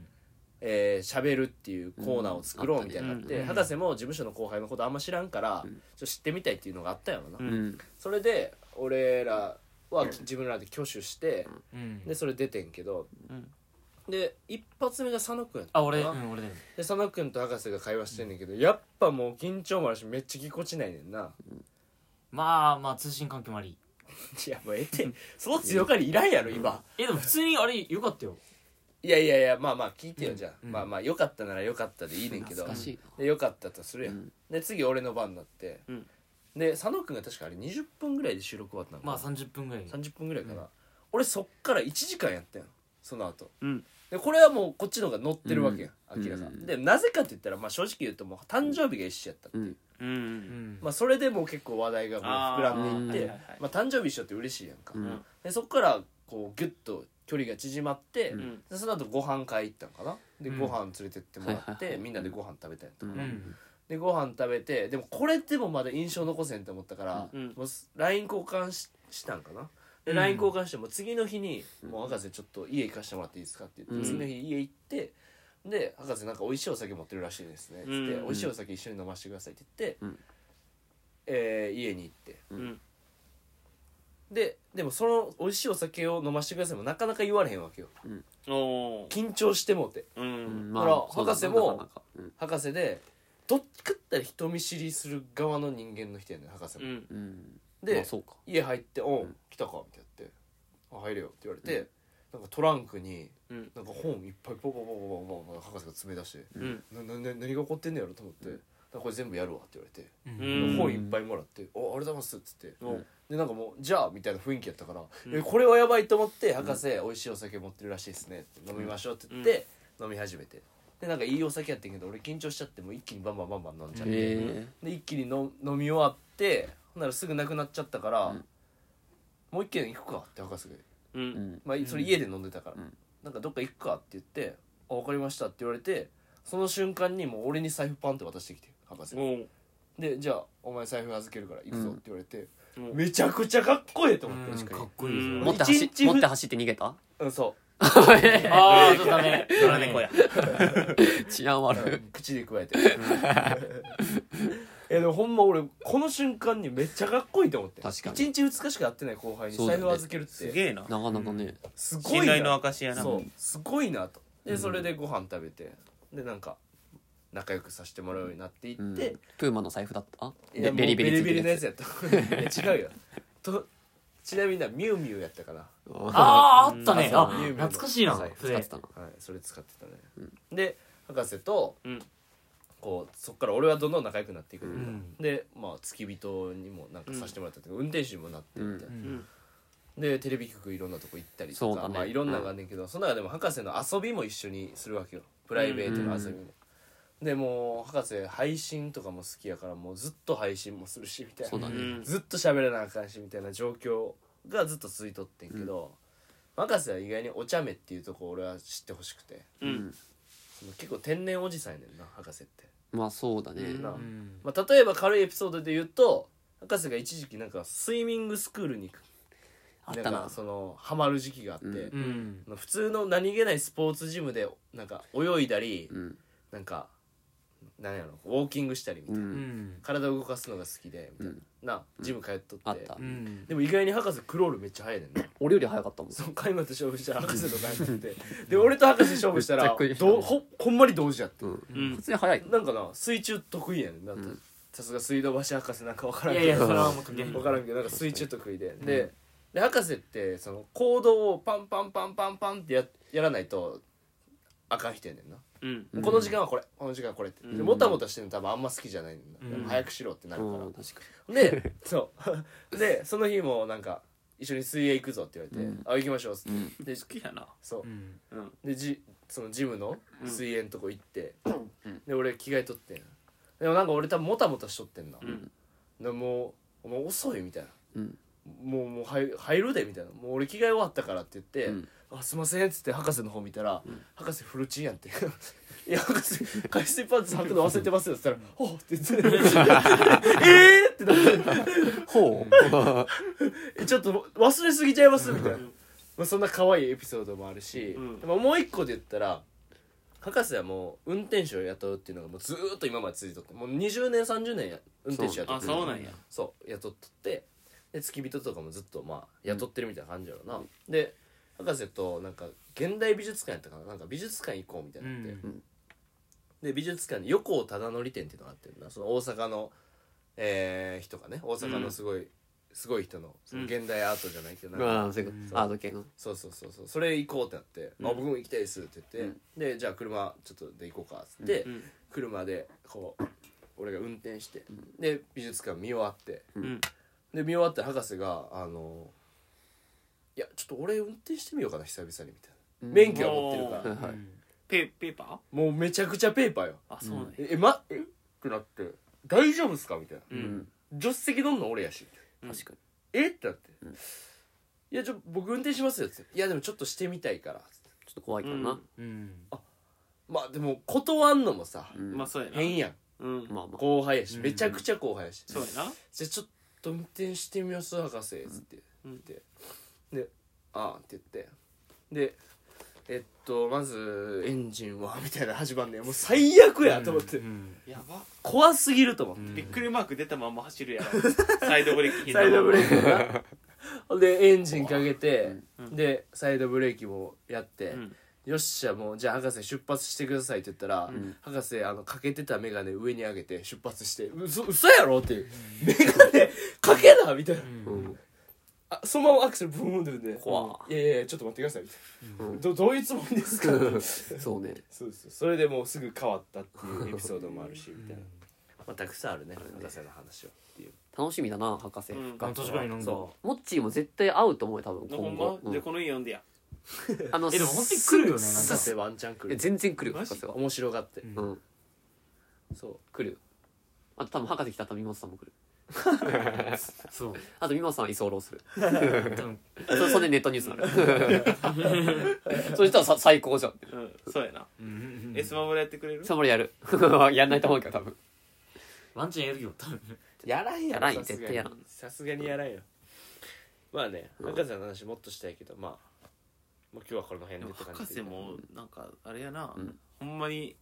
[SPEAKER 1] えー、喋るっていうコーナーを作ろうみたいになって、
[SPEAKER 4] うん
[SPEAKER 3] うん
[SPEAKER 1] 博士も事務所の後輩のことあんま知らんから、ちょっと知ってみたいっていうのがあったよな、
[SPEAKER 4] う
[SPEAKER 2] うん
[SPEAKER 1] それで俺らは自分らで挙手して、
[SPEAKER 3] うん
[SPEAKER 1] でそれ出てんけど、
[SPEAKER 4] うん
[SPEAKER 1] で一発目が佐野くんやった
[SPEAKER 3] あ
[SPEAKER 1] かな
[SPEAKER 3] 俺うん俺だよ
[SPEAKER 1] で佐野くんと博士が会話してんねんけど、やっぱもう緊張もあるしめっちゃぎこちないねんな
[SPEAKER 3] まあまあ通信環境もあり
[SPEAKER 1] いやもうええってその強がりいらんやろ今、
[SPEAKER 3] えでも普通にあれよかったよ
[SPEAKER 1] いやいやいやまあまあ聞いてよじゃあ、
[SPEAKER 3] うん
[SPEAKER 1] まあまあよかったならよかったでいいねんけど
[SPEAKER 2] 懐かしい
[SPEAKER 1] でよかったとするやん、
[SPEAKER 2] うん
[SPEAKER 1] で次俺の番になって、
[SPEAKER 4] うん
[SPEAKER 1] で佐野くんが確かあれ20分ぐらいで収録終わったのか
[SPEAKER 3] ま
[SPEAKER 1] な、
[SPEAKER 3] あ30分ぐらい
[SPEAKER 1] 30分ぐらいかな、俺そっから1時間やったんその後
[SPEAKER 4] うん
[SPEAKER 1] でこれはもうこっちの方が乗ってるわけや、
[SPEAKER 2] うん
[SPEAKER 1] ん明らか、
[SPEAKER 2] うん
[SPEAKER 1] でなぜかって言ったら、まあ、正直言うともう誕生日が一緒やったって
[SPEAKER 2] う
[SPEAKER 1] いう、
[SPEAKER 2] ん
[SPEAKER 4] う
[SPEAKER 3] うんん
[SPEAKER 1] まあ、それでもう結構話題がもう膨らんでいって
[SPEAKER 4] あーはいはいはい
[SPEAKER 1] まあ、誕生日一緒って嬉しいやんか、
[SPEAKER 2] うん
[SPEAKER 1] でそっからこうギュッと距離が縮まって、
[SPEAKER 2] うん
[SPEAKER 1] でその後ご飯会行ったんかなで、
[SPEAKER 3] うん
[SPEAKER 1] ご飯連れてってもらって、
[SPEAKER 2] はいはいはい
[SPEAKER 1] みんなでご飯食べたんやった
[SPEAKER 2] う
[SPEAKER 1] かな、
[SPEAKER 3] うんん
[SPEAKER 1] でご飯食べてでもこれでもまだ印象残せんって思ったから、
[SPEAKER 4] うん
[SPEAKER 1] もうす LINE 交換ししたんかなで
[SPEAKER 3] うん
[SPEAKER 1] LINE 交換してもう次の日に「もう博士ちょっと家行かしてもらっていいですか?」って言って、
[SPEAKER 2] うん
[SPEAKER 1] 次の日家行ってで「博士なんか美味しいお酒持ってるらしいですね」つって、
[SPEAKER 4] うん
[SPEAKER 1] 美味しいお酒一緒に飲ませてください」って言って、
[SPEAKER 2] うん
[SPEAKER 1] えー家に行って
[SPEAKER 4] うん
[SPEAKER 1] ででもその美味しいお酒を飲ませてくださいもなかなか言われへんわけよ
[SPEAKER 4] おー
[SPEAKER 1] 緊張してもうて
[SPEAKER 4] う
[SPEAKER 2] うんん
[SPEAKER 1] だから
[SPEAKER 2] そうだ
[SPEAKER 1] 博士も
[SPEAKER 2] なかなかうん
[SPEAKER 1] 博士でどっちかって言ったら人見知りする側の人間の人やねん博士
[SPEAKER 4] う
[SPEAKER 1] も、
[SPEAKER 4] ん
[SPEAKER 2] うん
[SPEAKER 1] で
[SPEAKER 2] まあそうか
[SPEAKER 1] 家入って「おう来たか」みたいなって「あ入れよ」って言われて、なんかトランクに
[SPEAKER 4] うん
[SPEAKER 1] なんか本いっぱいポポポポポポポ博士が詰め出して
[SPEAKER 4] うんうん
[SPEAKER 1] 「ななな何が起こってんねやろ?」と思って「だからこれ全部やるわ」って言われて、
[SPEAKER 4] うん
[SPEAKER 1] 本いっぱいもらって「おありがとうございます」っつって、
[SPEAKER 4] うん
[SPEAKER 1] でなんかもう「じゃあ」みたいな雰囲気やったから「えこれはやばい」と思って「博士美味しいお酒持ってるらしいですね」って飲みましょうって言って、飲み始めてでなんかいいお酒やってんけど俺緊張しちゃってもう一気にバンバンバンバン飲んじゃって。
[SPEAKER 2] へ
[SPEAKER 1] で一気にの飲み終わってほんならすぐなくなっちゃったから、
[SPEAKER 2] うん
[SPEAKER 1] もう一軒行くかって博士が、
[SPEAKER 4] う
[SPEAKER 2] えうんん
[SPEAKER 1] まあ、それ家で飲んでたから、
[SPEAKER 2] うん
[SPEAKER 1] なんかどっか行くかって言って「あ分かりました」って言われてその瞬間にもう俺に財布パンって渡してきて博士
[SPEAKER 4] おー
[SPEAKER 1] で「じゃあお前財布預けるから行くぞ」って言われて、
[SPEAKER 4] うん
[SPEAKER 1] めちゃくちゃかっこいいと
[SPEAKER 3] う
[SPEAKER 1] 思って
[SPEAKER 3] ん
[SPEAKER 1] 確か
[SPEAKER 3] かっ
[SPEAKER 1] に
[SPEAKER 3] こいいです
[SPEAKER 4] うん
[SPEAKER 3] よ
[SPEAKER 2] 持って走
[SPEAKER 1] 一日ふ
[SPEAKER 2] 持って走って逃げた
[SPEAKER 1] うんそう
[SPEAKER 3] ああそうだね
[SPEAKER 4] ドラ猫や
[SPEAKER 2] 治安悪
[SPEAKER 1] 口で加え ていやでもほんま俺この瞬間にめっちゃかっこいいと思って
[SPEAKER 2] 確かに
[SPEAKER 1] 1日2日しか会ってない後輩に
[SPEAKER 2] そうだ
[SPEAKER 1] 財
[SPEAKER 2] ね
[SPEAKER 1] 布預けるって
[SPEAKER 4] すげえな
[SPEAKER 2] なかなかね
[SPEAKER 1] すごい
[SPEAKER 4] 信
[SPEAKER 1] な
[SPEAKER 4] 頼の証やな
[SPEAKER 1] そううすごいなとでそれでご飯食べてでなんか仲良くさせてもらうようになっていって、
[SPEAKER 2] うんプーマの財布だった
[SPEAKER 1] いや
[SPEAKER 2] ベリベリ
[SPEAKER 1] も
[SPEAKER 2] つ
[SPEAKER 1] う
[SPEAKER 2] いて
[SPEAKER 1] ベリ
[SPEAKER 2] る
[SPEAKER 1] の
[SPEAKER 2] や
[SPEAKER 1] や
[SPEAKER 2] つ
[SPEAKER 1] つやった いや違うよとちなみになミュウミュウやったかな
[SPEAKER 3] あああったねあ
[SPEAKER 1] うん
[SPEAKER 3] 懐かしいな
[SPEAKER 1] そう
[SPEAKER 3] そ
[SPEAKER 2] 使っ
[SPEAKER 3] れ
[SPEAKER 2] てたの
[SPEAKER 1] はい、それ使ってたね、で博士と、
[SPEAKER 3] うん
[SPEAKER 1] こうそっから俺はどんどん仲良くなっていくみたいな、
[SPEAKER 3] うん
[SPEAKER 1] で、まあ、付き人にもなんかさせてもらったりとか、運転手にもなってみたいな、
[SPEAKER 4] ん
[SPEAKER 1] でテレビ局いろんなとこ行ったりと
[SPEAKER 2] そう
[SPEAKER 1] か、
[SPEAKER 2] だね
[SPEAKER 1] まあ、いろんなのがあんねんけど、その中でも博士の遊びも一緒にするわけよプライベートの遊びも。でもう博士配信とかも好きやからもうずっと配信もするしみたいな
[SPEAKER 2] そうだね
[SPEAKER 4] ん
[SPEAKER 1] ずっと喋らなあかんしみたいな状況がずっと続いとってんけど、博士は意外にお茶目っていうとこ俺は知ってほしくて
[SPEAKER 4] うん
[SPEAKER 1] その結構天然おじさんやねんな博士って、
[SPEAKER 2] まあそうだね
[SPEAKER 1] な
[SPEAKER 3] うん
[SPEAKER 1] まあ、例えば軽いエピソードで言うと博士が一時期なんかスイミングスクールに行く
[SPEAKER 2] あった
[SPEAKER 1] なん
[SPEAKER 2] な
[SPEAKER 1] かそのハマる時期があって、
[SPEAKER 2] うん
[SPEAKER 3] うん
[SPEAKER 1] 普通の何気ないスポーツジムでなんか泳いだり、
[SPEAKER 2] うん
[SPEAKER 1] なんかなんやろウォーキングしたりみたいうな、
[SPEAKER 3] うんん
[SPEAKER 1] 体を動かすのが好きでみたいな,、なジム通っとって
[SPEAKER 2] あった
[SPEAKER 3] うん
[SPEAKER 1] でも意外に博士クロールめっちゃ速いね んな
[SPEAKER 2] 俺より早かったもん
[SPEAKER 1] その海馬と勝負したら博士と海馬 ってで俺と博士勝負した
[SPEAKER 2] めっち
[SPEAKER 1] ら
[SPEAKER 2] ゃ食いしたね
[SPEAKER 1] どうほほんまに同時やって
[SPEAKER 2] うん
[SPEAKER 4] うん
[SPEAKER 2] 普通に早い
[SPEAKER 1] なんかな水中得意やねんな
[SPEAKER 2] うん
[SPEAKER 1] さすが水道橋博士なんか分からん
[SPEAKER 3] い
[SPEAKER 1] け
[SPEAKER 3] や
[SPEAKER 1] ど
[SPEAKER 3] いやそれはもう関係 ない
[SPEAKER 1] 分からんけどなんか水中得意で、でで博士ってその行動をパンパンパンパンパンってややらないとあかん人やねんな、
[SPEAKER 4] うん
[SPEAKER 2] うん
[SPEAKER 1] この時間はこれこの時間はこれって、で
[SPEAKER 2] うん
[SPEAKER 1] もたもたしてるの多分あんま好きじゃないねんだ、
[SPEAKER 3] うん
[SPEAKER 1] でも早くしろってなるから、
[SPEAKER 2] うん確か
[SPEAKER 1] でそう でその日もなんか一緒に水泳行くぞって言われて「
[SPEAKER 2] うん
[SPEAKER 1] あ行きましょう」っつって、
[SPEAKER 2] うん
[SPEAKER 1] で
[SPEAKER 4] 好きやな
[SPEAKER 1] そううん
[SPEAKER 4] うん
[SPEAKER 1] でじそのジムの水泳のとこ行って、で俺着替えとってんでもなんか俺多分もたもたしとってんな、
[SPEAKER 4] ん
[SPEAKER 1] でもうもう遅いみたいな
[SPEAKER 2] うん
[SPEAKER 1] もうもう入入るでみたいなもう俺着替え終わったからって言って「
[SPEAKER 2] うん
[SPEAKER 1] あすいません」っつって博士の方見たら「博士フルチンやん」って 「いや博士海水パンツ履くの忘れてますよ」っつったら「おっ!」って言って「えっ!」ってなって
[SPEAKER 2] ほ
[SPEAKER 1] え「ちょっと忘れすぎちゃいます」みたいな、まあ、そんな可愛いエピソードもあるし、
[SPEAKER 4] うん
[SPEAKER 1] まあ、もう一個で言ったら博士はもう運転手を雇うっていうのがもうずーっと今まで続いとってもう20年30年や運転手雇
[SPEAKER 4] あ
[SPEAKER 1] って
[SPEAKER 4] そうなんや
[SPEAKER 1] そう雇っとってで付き人とかもずっとまあ雇ってるみたいな感じやろな、で博士となんか現代美術館やったかななんか美術館行こうみたいになって、
[SPEAKER 3] うん
[SPEAKER 1] で美術館に横尾忠則店っていうのがあってるなその大阪の、えー人がね大阪のすごい、すごい人のその現代アートじゃないけど、
[SPEAKER 2] う
[SPEAKER 1] なんか
[SPEAKER 2] まあそういうことアート系の
[SPEAKER 1] そうそうそうそうそれ行こうってなって「あ僕も行きたいです」って言って、でじゃあ車ちょっとで行こうかっつって、
[SPEAKER 4] うん
[SPEAKER 1] 車でこう俺が運転して、で美術館見終わって
[SPEAKER 4] うん
[SPEAKER 1] で見終わって博士が「あのいやちょっと俺運転してみようかな久々に」みたいな、免許は持ってるから、
[SPEAKER 2] はいはい
[SPEAKER 4] ペペーパー
[SPEAKER 1] もうめちゃくちゃペーパーよ
[SPEAKER 4] あそうなんや
[SPEAKER 1] ええまえってなって「大丈夫っすか?」みたいな、
[SPEAKER 4] うん
[SPEAKER 1] 助手席乗んの俺やし」
[SPEAKER 2] 確かに
[SPEAKER 1] えってなって「いやちょ僕運転しますよ」っつって「いやでもちょっとしてみたいから」つって
[SPEAKER 2] ちょっと怖いからな
[SPEAKER 3] うん
[SPEAKER 1] まあでも断んのもさ、
[SPEAKER 4] まあそうやな
[SPEAKER 1] 変やん
[SPEAKER 4] うん
[SPEAKER 2] まあまあ
[SPEAKER 1] 後輩やし、
[SPEAKER 3] うん
[SPEAKER 1] めちゃくちゃ後輩やし、
[SPEAKER 4] そうやな
[SPEAKER 1] じゃあちょっと運転してみます博士」っつって
[SPEAKER 4] うん
[SPEAKER 1] 言って、で「ああ」って言ってでえっとまずエンジンはみたいな始まんねんもう最悪やと思って、
[SPEAKER 3] うん
[SPEAKER 4] やば
[SPEAKER 1] 怖すぎると思って、
[SPEAKER 4] びっくりマーク出たまま走 るやろサイドブレーキ
[SPEAKER 1] サイドブレ
[SPEAKER 4] キ
[SPEAKER 1] ーキが ほんでエンジンかけて、
[SPEAKER 4] うん
[SPEAKER 1] でサイドブレーキもやって、
[SPEAKER 4] うん
[SPEAKER 1] よっしゃもうじゃあ博士出発してくださいって言ったら、
[SPEAKER 2] ん
[SPEAKER 1] 博士あのかけてた眼鏡上に上げて出発してうそ嘘やろっていう眼鏡かけなみたいな、
[SPEAKER 2] うん
[SPEAKER 1] あそのままアクセルブーンって踏んで
[SPEAKER 2] 怖っ
[SPEAKER 1] いやいやいやちょっと待ってくださいみたいな、
[SPEAKER 2] うん
[SPEAKER 1] どどういうつもりです か
[SPEAKER 2] そうね
[SPEAKER 1] そうそうそれでもうすぐ変わったっていうエピソードもあるしみたいな、まあ、たくさんあるね博士の話はっていう
[SPEAKER 2] 楽しみだな博士
[SPEAKER 4] うん
[SPEAKER 2] が
[SPEAKER 3] あ確かになんか
[SPEAKER 1] そ
[SPEAKER 2] モッチーも絶対会うと思うよ多分
[SPEAKER 4] ほ
[SPEAKER 2] 今
[SPEAKER 4] ん
[SPEAKER 2] 後
[SPEAKER 4] まじゃあこの家呼んでや
[SPEAKER 2] あの
[SPEAKER 3] えでも本当に来るよねなん
[SPEAKER 1] 博
[SPEAKER 3] か
[SPEAKER 1] 士ワンチャン来
[SPEAKER 2] え
[SPEAKER 1] る
[SPEAKER 2] 全然来るよ
[SPEAKER 4] マジ
[SPEAKER 2] 博士は
[SPEAKER 1] 面白がって、
[SPEAKER 3] ん
[SPEAKER 2] うん
[SPEAKER 1] そ
[SPEAKER 2] 来るよあと多分博士来たら多分妹さんも来る
[SPEAKER 3] そう
[SPEAKER 2] あと妹さんは居候する
[SPEAKER 3] 多分
[SPEAKER 2] そそれでネットニュースになる そしたらさ最高じゃん
[SPEAKER 4] うんそうやな
[SPEAKER 3] うん
[SPEAKER 4] えスマブラやってくれる
[SPEAKER 2] それやる やんないと思うけど多分
[SPEAKER 3] ワンチャンやるよ多分
[SPEAKER 1] うやらんやろ
[SPEAKER 2] やらんよ
[SPEAKER 1] さすがに
[SPEAKER 2] 絶対やらん
[SPEAKER 1] さすがにやらんよまあね博士の話もっとしたいけどまあ今日はこの辺で
[SPEAKER 4] で
[SPEAKER 1] っ
[SPEAKER 4] も
[SPEAKER 1] て感
[SPEAKER 4] 博
[SPEAKER 1] じで
[SPEAKER 4] 士もなんかあれやな、
[SPEAKER 2] うん
[SPEAKER 4] ほんまに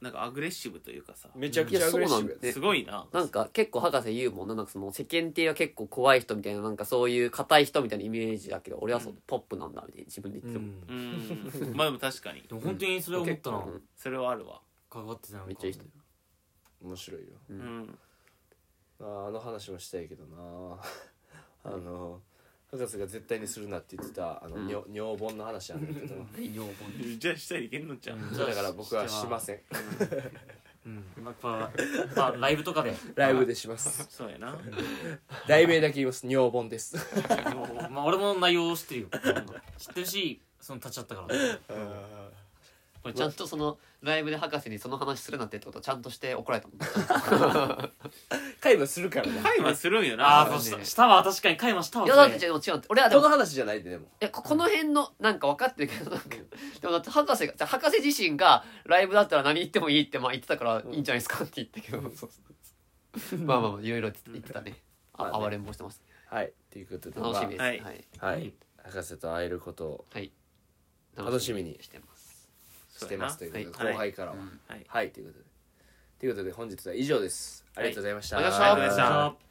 [SPEAKER 4] なんかアグレッシブというかさ
[SPEAKER 1] めちゃくちゃアグレッシブや
[SPEAKER 2] いや
[SPEAKER 1] ね
[SPEAKER 2] ね
[SPEAKER 4] すごいな
[SPEAKER 2] なんか結構博士言うもんななんかその世間体は結構怖い人みたいななんかそういう硬い人みたいなイメージだけど俺はそう
[SPEAKER 4] うん
[SPEAKER 2] ポップなんだみたいな自分で言って
[SPEAKER 3] う
[SPEAKER 2] も、
[SPEAKER 3] ん
[SPEAKER 4] う、んまあでも確かに
[SPEAKER 3] でも本当にそれ思ったな、
[SPEAKER 2] うん
[SPEAKER 4] それはあるわ
[SPEAKER 3] 関わってたのか
[SPEAKER 2] めっちゃいい人
[SPEAKER 1] 面白いよ
[SPEAKER 4] う
[SPEAKER 2] うん
[SPEAKER 4] ん
[SPEAKER 1] あーあの話もしたいけどなあの博士が絶対にするなって言ってたあの、
[SPEAKER 2] うん
[SPEAKER 1] 尿尿盆の話あるん だけど
[SPEAKER 3] 女房
[SPEAKER 4] じゃあしたいでいけんのちゃう
[SPEAKER 3] うん
[SPEAKER 1] そうだから僕はしません
[SPEAKER 3] うんやっぱまあライブとかで
[SPEAKER 1] ライブでし ます
[SPEAKER 4] そうやな
[SPEAKER 1] 題名だけ言います尿盆です
[SPEAKER 3] まあ俺も内容知 ってるよ知ってるしその立ち会ったから
[SPEAKER 2] これちゃんとそのライブで博士にその話するなってってことをちゃんとして怒られたもん
[SPEAKER 1] 会話するからな
[SPEAKER 4] 会話するんよな
[SPEAKER 3] ああそうしたしたわ確かに会話したわ
[SPEAKER 2] いやだって
[SPEAKER 3] そ
[SPEAKER 2] 違
[SPEAKER 3] れ
[SPEAKER 2] う違う俺はで
[SPEAKER 1] 人
[SPEAKER 2] も
[SPEAKER 1] の話じゃないででも
[SPEAKER 2] えここの辺のなんか分かってるけどなんかでもだって博士がじゃあ博士自身がライブだったら何言ってもいいってまあ言ってたからいいんじゃないですかって言ったけど、まあまあまあいろいろ言ってたね
[SPEAKER 1] まあね
[SPEAKER 2] あ暴れん坊してました
[SPEAKER 1] はいということで
[SPEAKER 2] 楽しみです、
[SPEAKER 1] ま
[SPEAKER 2] は
[SPEAKER 4] はいい、
[SPEAKER 1] あはい、博士と会えることを
[SPEAKER 2] はい、
[SPEAKER 1] 楽しみに
[SPEAKER 2] してます
[SPEAKER 1] してますと
[SPEAKER 4] そう
[SPEAKER 1] い
[SPEAKER 4] や
[SPEAKER 1] うことで、
[SPEAKER 4] はい
[SPEAKER 1] 後輩からは、
[SPEAKER 2] うん
[SPEAKER 4] なはい
[SPEAKER 1] はいということでということで本日は以上ですありがとうございました、
[SPEAKER 2] はいありがとうございました
[SPEAKER 3] ありがとうございました